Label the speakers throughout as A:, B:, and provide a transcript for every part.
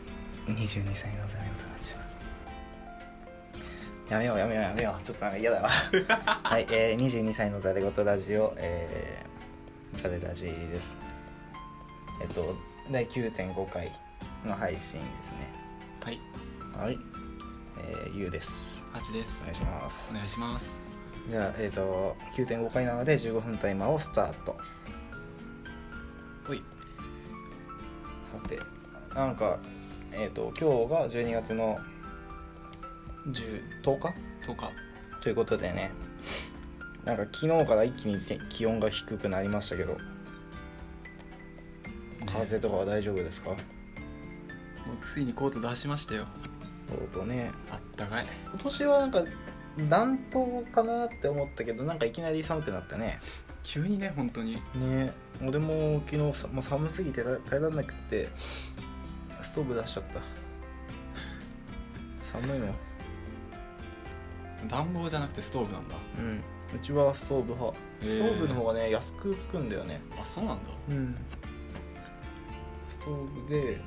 A: 22歳の幼いお友達はやめようやめようやめようちょっとなんか嫌 だわはい、えー、22歳のざれ言ラジオえー、ざれラジですえっと第9.5回の配信ですね
B: はい、
A: はいえー、ゆうです
B: ハチで
A: お
B: す
A: 願い。します
B: お願いします。
A: じゃあえっ、と9.5回なので15分タイマーをスタート
B: ほい。
A: さてなんかえっ、と今日が12月の10 10日
B: とか。
A: ということでねなんか昨日から一気にて気温が低くなりましたけど風邪とかは大丈夫ですか
B: もうついにコート出しましたよ。
A: そうとね
B: あったかい。
A: 今年はなんか暖冬かなって思ったけどなんかいきなり寒くなったね
B: 急にね、本当に。
A: ね俺も昨日さもう寒すぎて耐え耐えられなくってストーブ出しちゃった寒いの
B: 暖房じゃなくてストーブなんだ。
A: うんうちはストーブ派
B: へ
A: ス
B: ー
A: トーブの方がね安くつくんだよね
B: あ、そうなんだ。
A: うんストーブで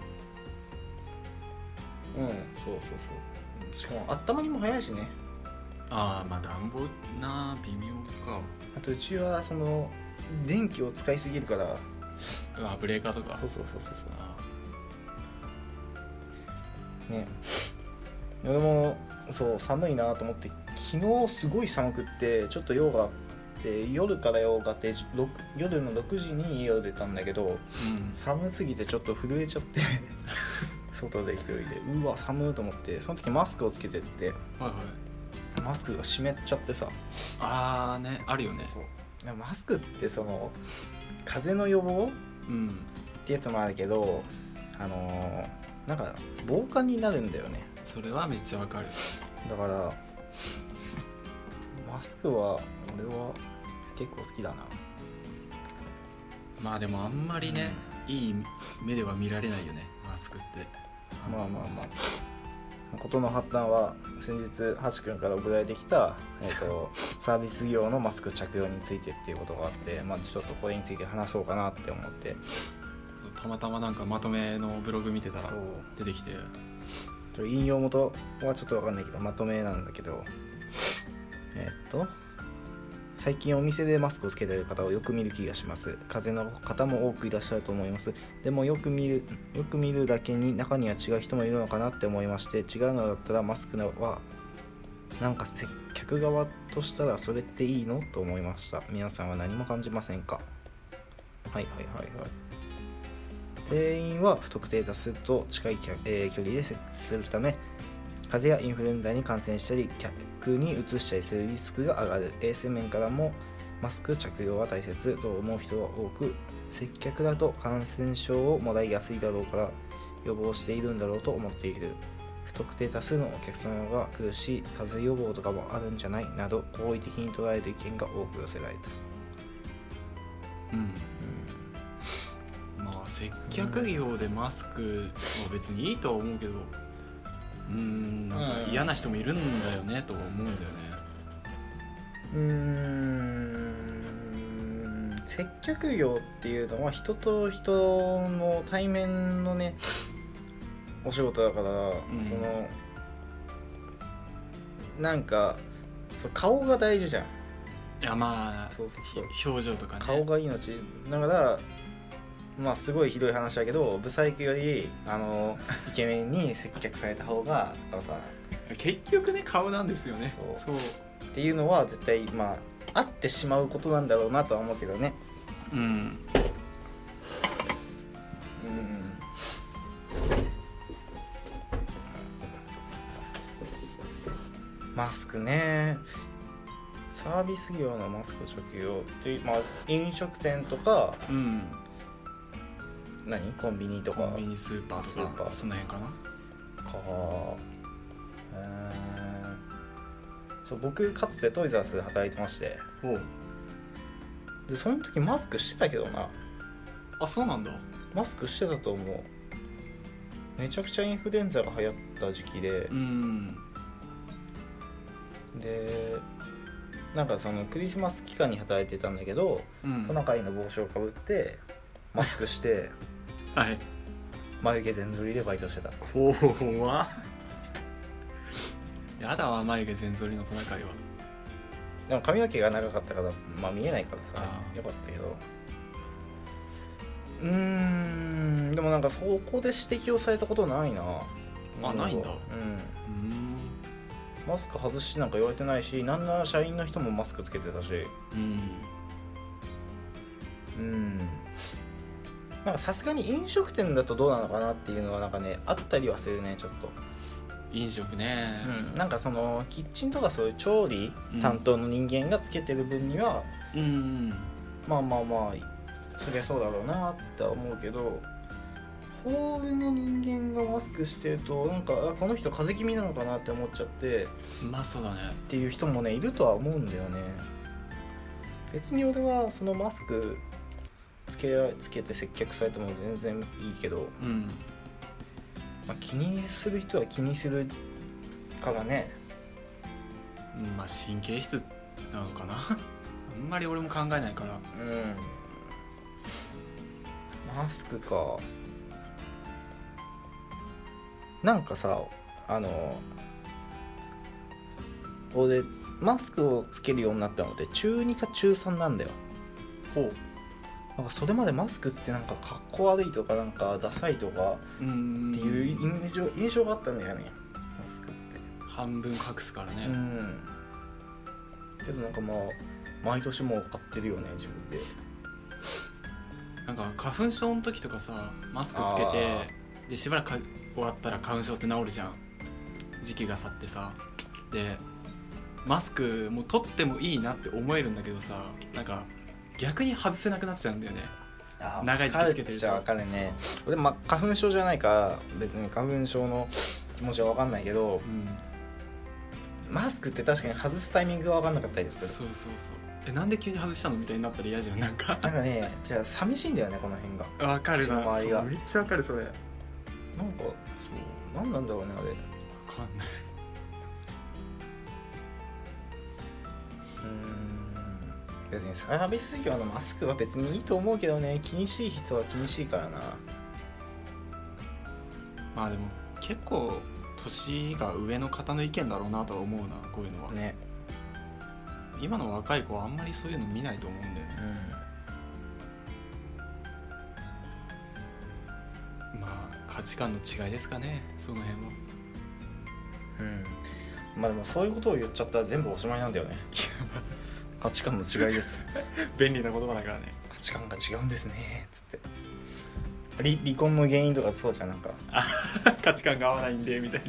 A: うんそうそうそうしかもあったまりも早いしね
B: ああ、まあ暖房な微妙か。
A: あとうちはその電気を使いすぎるから
B: うわ、ブレーカーとか。
A: そうそうそうそうそ
B: あ
A: うね俺もそう寒いなと思って昨日すごい寒くってちょっと用があって夜から用があってじろく夜の6時に家を出たんだけど
B: うん。
A: 寒すぎてちょっと震えちゃって外で一人でうわ寒いと思ってその時マスクをつけてって
B: はいはい。
A: マスクが湿っちゃってさ
B: ああ、ね、あるよね。
A: そうでもマスクってその風邪の予防
B: うん。
A: ってやつもあるけどあのーなんか防寒になるんだよね
B: それはめっちゃわかる。
A: だからマスクは俺は結構好きだな
B: まあでもあんまりね、いい目では見られないよね、マスクって。
A: まあまあまあ事の発端は先日橋君から送られてきた、えっとサービス業のマスク着用についてっていうことがあって、まあ、ちょっとこれについて話そうかなって思って
B: そうたまたまなんかまとめのブログ見てたら
A: そう
B: 出てきて。
A: ちょ引用元はちょっとわかんないけどまとめなんだけどえーっと最近お店でマスクをつけている方をよく見る気がします風邪の方も多くいらっしゃると思いますでもよく見るよく見るだけに中には違う人もいるのかなって思いまして違うのだったらマスクはなんか接客側としたらそれっていいのと思いました皆さんは何も感じませんかはいはいはいはい定員は不特定多数と近いきゃ、えー距離で接するため風邪やインフルエンザに感染したり客にうつしたりするリスクが上がる衛生面からもマスク着用は大切と思う人は多く接客だと感染症をもらいやすいだろうから予防しているんだろうと思っている不特定多数のお客様が来るし風邪予防とかもあるんじゃないなど好意的に捉える意見が多く寄せられた、
B: うん。まあ接客業でマスクは別にいいとは思うけどうーんなんか嫌な人もいるんだよねとは思うんだよね
A: うーん接客業っていうのは人と人の対面のねお仕事だから、
B: ん
A: そのなんかそう顔が大事じゃん
B: いやまあ
A: そうそうそう
B: ひ表情とかね
A: 顔が命だからまあすごいひどい話だけどブサイクよりあの イケメンに接客された方がとかさ
B: 結局ね顔なんですよね
A: そ
B: そう
A: っていうのは絶対まああってしまうことなんだろうなとは思うけどね
B: うん
A: うんマスクねサービス業のマスク着用っていう、まあ、飲食店とか
B: うん
A: 何コンビニと
B: コ
A: か
B: ンビニスーパーとか
A: スーパー
B: その辺かな
A: かうーんそう僕かつてトイザらスで働いてまして
B: ほう
A: でその時マスクしてたけどな
B: あそうなんだ
A: マスクしてたと思うめちゃくちゃインフルエンザが流行った時期で
B: うん
A: でなんかそのクリスマス期間に働いてたんだけど
B: うん
A: トナカイの帽子をかぶってマスクして
B: はい
A: 眉毛全剃りでバイトしてた
B: 怖っやだわ眉毛全剃りのトナカイは
A: でも髪の毛が長かったから、まあ、見えないからさ
B: あー
A: よかったけどうーんでもなんかそこで指摘をされたことないな
B: あないんだ
A: うん
B: うーん
A: マスク外しなんか言われてないしなんなら社員の人もマスクつけてたしう
B: うん
A: んなんかさすがに飲食店だとどうなのかなっていうのはなんかねあったりはするねちょっと、
B: 飲食ね
A: なんかそのキッチンとかそういう調理
B: うん
A: 担当の人間がつけてる分には、
B: うん、
A: まあまあまあそりゃそうだろうなって思うけどホールの人間がマスクしてるとなんかあこの人風邪気味なのかなって思っちゃって
B: まあそうだね
A: っていう人もねいるとは思うんだよね別に俺はそのマスクつけつけて接客されても全然いいけど、
B: うん
A: まあ、気にする人は気にするからね
B: まあ神経質なのかな あんまり俺も考えないから
A: うんマスクかなんかさあの俺マスクをつけるようになったのって中2か中3なんだよ
B: ほう
A: なんかそれまでマスクってなんかかっこ悪いとかなんかダサいとか
B: うーん
A: っていう印象,、印象があったんだよねマスクって
B: 半分隠すから
A: う
B: ね、
A: んけどなんかまあ毎年もう買ってるよね自分で
B: なんか花粉症の時とかさマスクつけ
A: あ
B: てでしばらくか終わったら花粉症って治るじゃん時期が去ってさでマスクもう取ってもいいなって思えるんだけどさなんか逆に外せなくなっちゃうんだよね
A: あー
B: 長い時期つけてると
A: じゃあ分かるね俺、まあ、花粉症じゃないから別に花粉症の気持ちは分かんないけど
B: うん
A: マスクって確かに外すタイミングが分かんなかったりする
B: そうそうそうえなんで急に外したのみたいになったら嫌じゃんなんか
A: なんかねじゃあ寂しいんだよねこの辺が
B: わかる
A: 口の
B: な
A: 周りが
B: そうめっちゃわかるそれわ
A: なんかそうなんなんだろうねあれ
B: かんない
A: うーん別にサービス業のマスクは別にいいと思うけどね気にしい人は気にしいからな
B: まあでも結構年が上の方の意見だろうなとは思うなこういうのは、
A: ね
B: 今の若い子はあんまりそういうの見ないと思うんだよね
A: う
B: まあ価値観の違いですかねその辺はい
A: ん、うん、まあでもそういうことを言っちゃったら全部おしまいなんだよね
B: やま
A: 価値観の違いです
B: あ 便利な言葉だからね
A: 価値観が違うんですねつって離離婚の原因とかそうじゃんなんか
B: 価値観が合わないんでみたい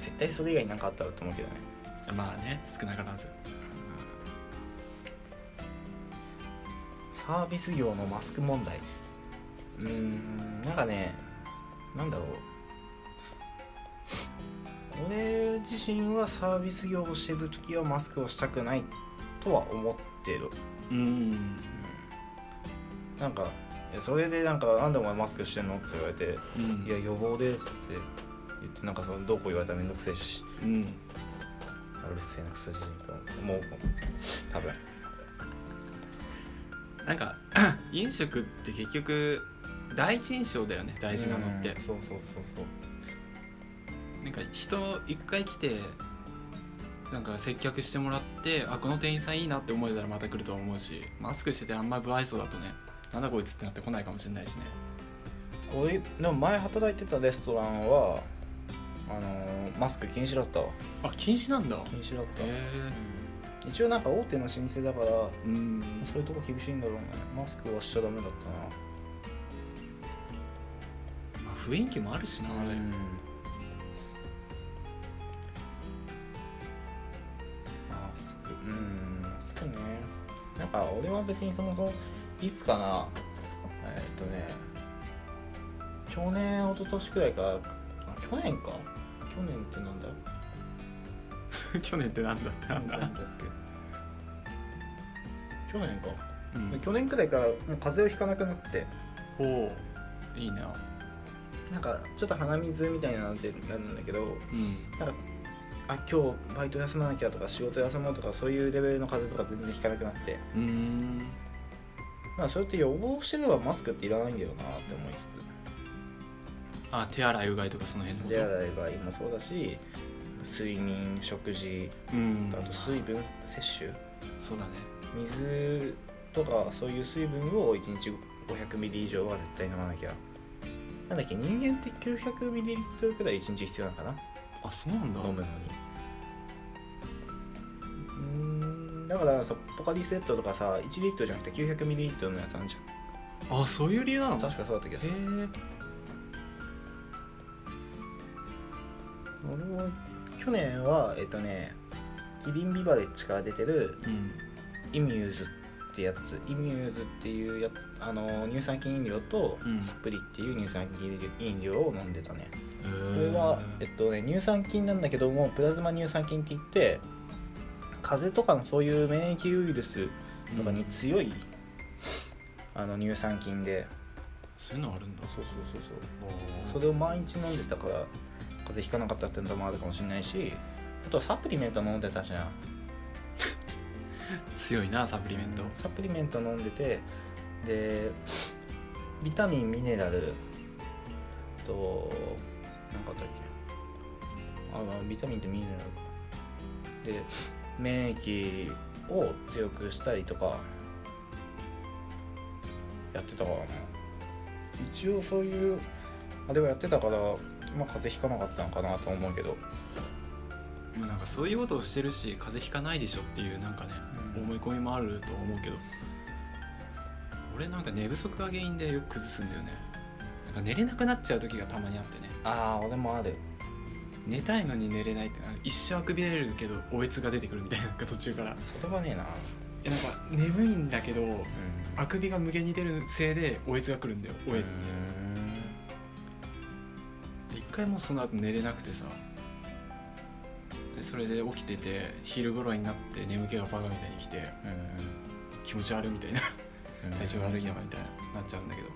A: 絶対それ以外になんかあったらと思うけどね
B: な まあね少なからず
A: サービス業のマスク問題うーんなんかねなんだろう俺自身はサービス業をしてる時はマスクをしたくないとは思ってる
B: うん
A: なんかいやそれでなんか「なんでお前マスクしてんの?」って言われて
B: う
A: 「
B: ん
A: いや予防です」って言ってなんかそのどうこう言われたらめんどくせえし
B: うん
A: あうるせえなくそじじいと思う多分
B: なんか 飲食って結局第一印象だよね大事なのって
A: うんそうそうそうそう
B: なんか人一回来てなんか接客してもらってあこの店員さんいいなって思えたらまた来ると思うしマスクしててあんま不愛想だとねなんだこいつってなってこないかもしれないしね
A: これでも前働いてたレストランはあのーマスク禁止だったわ
B: あ禁止なんだへ
A: 禁止だった、
B: え
A: 一応なんか大手の老舗だから
B: うん
A: そういうとこ厳しいんだろうねマスクはしちゃダメだっ
B: まあ雰囲気もあるしたな
A: な
B: あれ
A: マスクうんマスクねなんか俺は別にそもそもいつかなえーっとね去年一昨年くらいかあ去年か去年ってなんだ
B: 去年ってなんだってなんだ
A: っけ去年か、
B: うん
A: 去年くらいからもう風邪をひかなくなって
B: ほういいな
A: なんかちょっと鼻水みたいなのってなるんだけど
B: うん
A: なんかあ今日バイト休まなきゃとか仕事休もうとかそういうレベルの風邪とか全然ひかなくなって
B: うーん
A: まあそれって予防してればマスクっていらないんだよなって思い
B: あ手洗いうがいとかその辺
A: つ
B: の
A: つ
B: こ
A: 手洗いうがいもそうだし睡眠食事
B: とうん
A: あと水分摂取
B: そうだね
A: 水とかそういう水分を1日500ミリ以上は絶対飲まなきゃなんだっけ人間って900ミリリットルくらい1日必要なのかな
B: あそうなんだ
A: 飲むのにうーんだからさポカリスエットとかさ1リットルじゃなくて900ミリリットルのやつあるじ
B: あそういう理由な
A: ゃ
B: の
A: ん確かそうだった気がす
B: へ
A: る
B: え
A: 俺も去年はえっとねキリンビバレッジから出てる
B: うん
A: イミューズってやつイミューズっていうやつあの乳酸菌飲料と
B: うん
A: サプリっていう乳酸菌飲料を飲んでたね、こ
B: こ
A: れは、えっとね、乳酸菌なんだけどもプラズマ乳酸菌って言って風邪とかのそういう免疫ウイルスとかに強い、あの乳酸菌で
B: そういうのあるんだ
A: そうそうそうそう
B: あー
A: それを毎日飲んでたから風邪ひかなかったってのもあるかもしれないしあとはサプリメント飲んでたじゃん
B: 強いなサプリメント
A: サプリメント飲んでてでビタミンミネラルと何かあったっけあのビタミンとミネラルで免疫を強くしたりとかやってたからね一応そういうあれはやってたから、まあ、風邪ひかなかったのかなと思うけど
B: でもなんかそういうことをしてるし風邪ひかないでしょっていうなんかね、
A: うん
B: 思い込みもあると思うけど俺なんか寝不足が原因でよく崩すんだよねなんか寝れなくなっちゃう時がたまにあってね
A: ああ俺もある
B: 寝たいのに寝れないってなんか一生あくびれるけどおえつが出てくるみたいななんか途中から
A: それはねえな、
B: えなんか眠いんだけど
A: うん
B: あくびが無限に出るせいでおえつが来るんだよおえって一回もうその後寝れなくてさでそれで起きてて昼頃になって眠気がバカみたいに来て
A: うんうん
B: 気持ち悪いみたいな体調悪いやばいみたいななっちゃうんだけど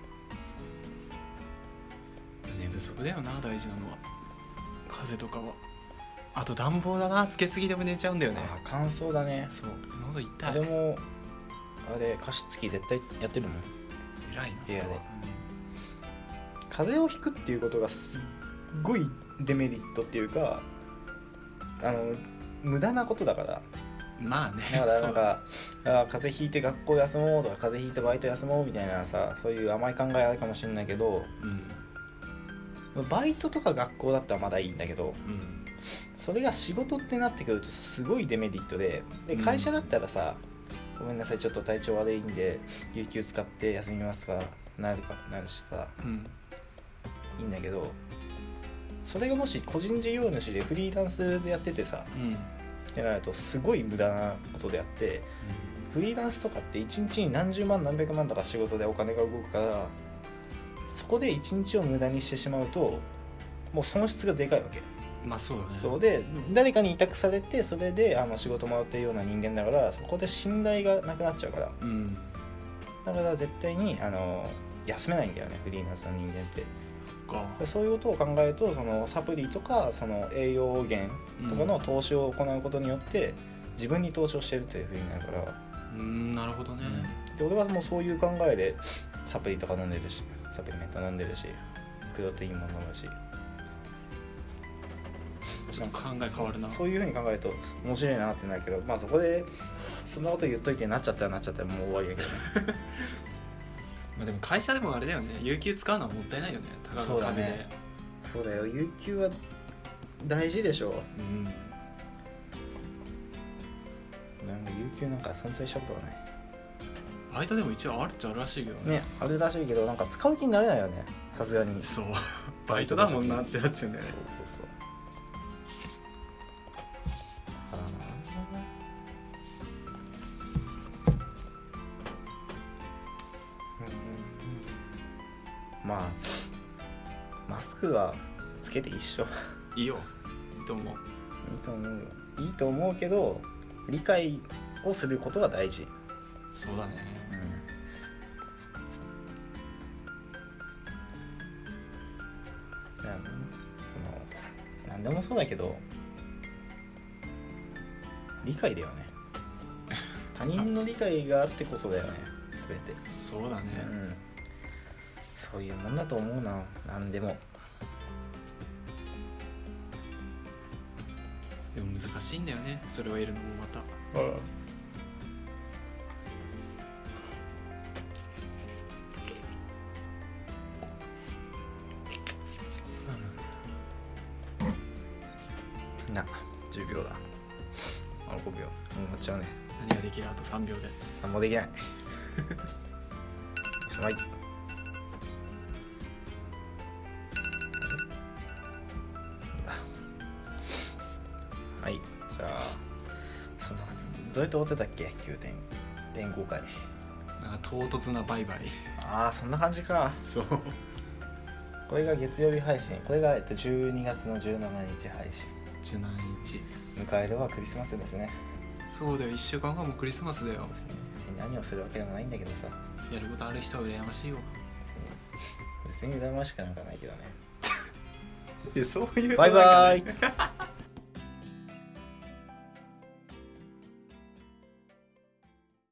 B: 寝不足だよな大事なのは風邪とかはあと暖房だなつけすぎでも寝ちゃうんだよね
A: あー乾燥だね
B: そう喉痛
A: あ
B: い
A: れもあれ加湿器絶対やってるもん
B: 偉いなそ
A: い
B: れ
A: や
B: は
A: 風邪をひくっていうことがすっごいデメリットっていうかあの無駄なことだから
B: まあね
A: だから
B: そ
A: なん
B: う
A: かあー風邪ひいて学校休もうとか風邪ひいてバイト休もうみたいなさそういう甘い考えあるかもしれないけど
B: うん
A: バイトとか学校だったらまだいいんだけど
B: うん
A: それが仕事ってなってくるとすごいデメリットでで
B: うん
A: 会社だったらさ、ごめんなさいちょっと体調悪いんで有給使って休みますかなるかなるしさ
B: うん
A: いいんだけどそれがもし個人事業主でフリーランスでやっててさ
B: うんうん
A: ってなるとすごい無駄なことであってフリーランスとかって1日に何十万何百万とか仕事でお金が動くからそこで1日を無駄にしてしまうともう損失がでかいわけ。
B: まあそうだね
A: そうで誰かに委託されてそれであの仕事もらってるような人間だからそこで信頼がなくなっちゃうから
B: うん
A: だから絶対にあの休めないんだよねフリーランスの人間って
B: そっか
A: でそういうことを考えるとそのサプリとかその栄養源とかの投資を行うことによって、自分に投資をしてるというふうになるから、
B: うんなるほどね
A: で俺はもうそういう考えでサプリとか飲んでるしサプリメント飲んでるしプロテインも飲むし
B: ちょっと考え変わるな
A: そういうふうに考えると面白いなってなるけどまあそこでそんなこと言っといてなっちゃったらなっちゃったらもう終わりだけどね
B: まあでも会社でもあれだよね有給使うのはもったいないよね高
A: そう
B: が
A: だ
B: 風で
A: ねそうだよ有給は大事でしょ
B: うん
A: なんか有給なんか存在したことがない
B: バイトでも一応あるっちゃあるらしいけどね
A: ねあれらしいけどなんか使う気になれないよねさすがに
B: そう バイトだもんなってなっちゃうんだよ
A: そう
B: ね
A: そうそううんまあマスクはつけて一緒い
B: いいよいいと思う
A: いと思うよいいと思うけど理解をすることが大事、
B: そうだね
A: なんその何でもそうだけど理解だよね他人の理解があってこそだよね全て
B: そうだね、
A: うんそういうもんだと思うな何でも
B: でも難しいんだよねそれを得るのもまた
A: な10秒だあ5秒もう終わっちゃうね
B: 何ができるあと3秒で
A: 何もできない おしまいはいじゃあそのどうやって終わってたっけ9.5回
B: なんか唐突なバイバイ
A: ああそんな感じか
B: そう
A: これが月曜日配信これがえっと12月の17日配信
B: 17日
A: 迎えるはクリスマスですね
B: そうだよ1週間後はもうクリスマスだよ
A: 別に何をするわけでもないんだけどさ
B: やることある人は羨ましいよ
A: 別に別に羨ましくなんかないけどね
B: えそういう
A: バイバイ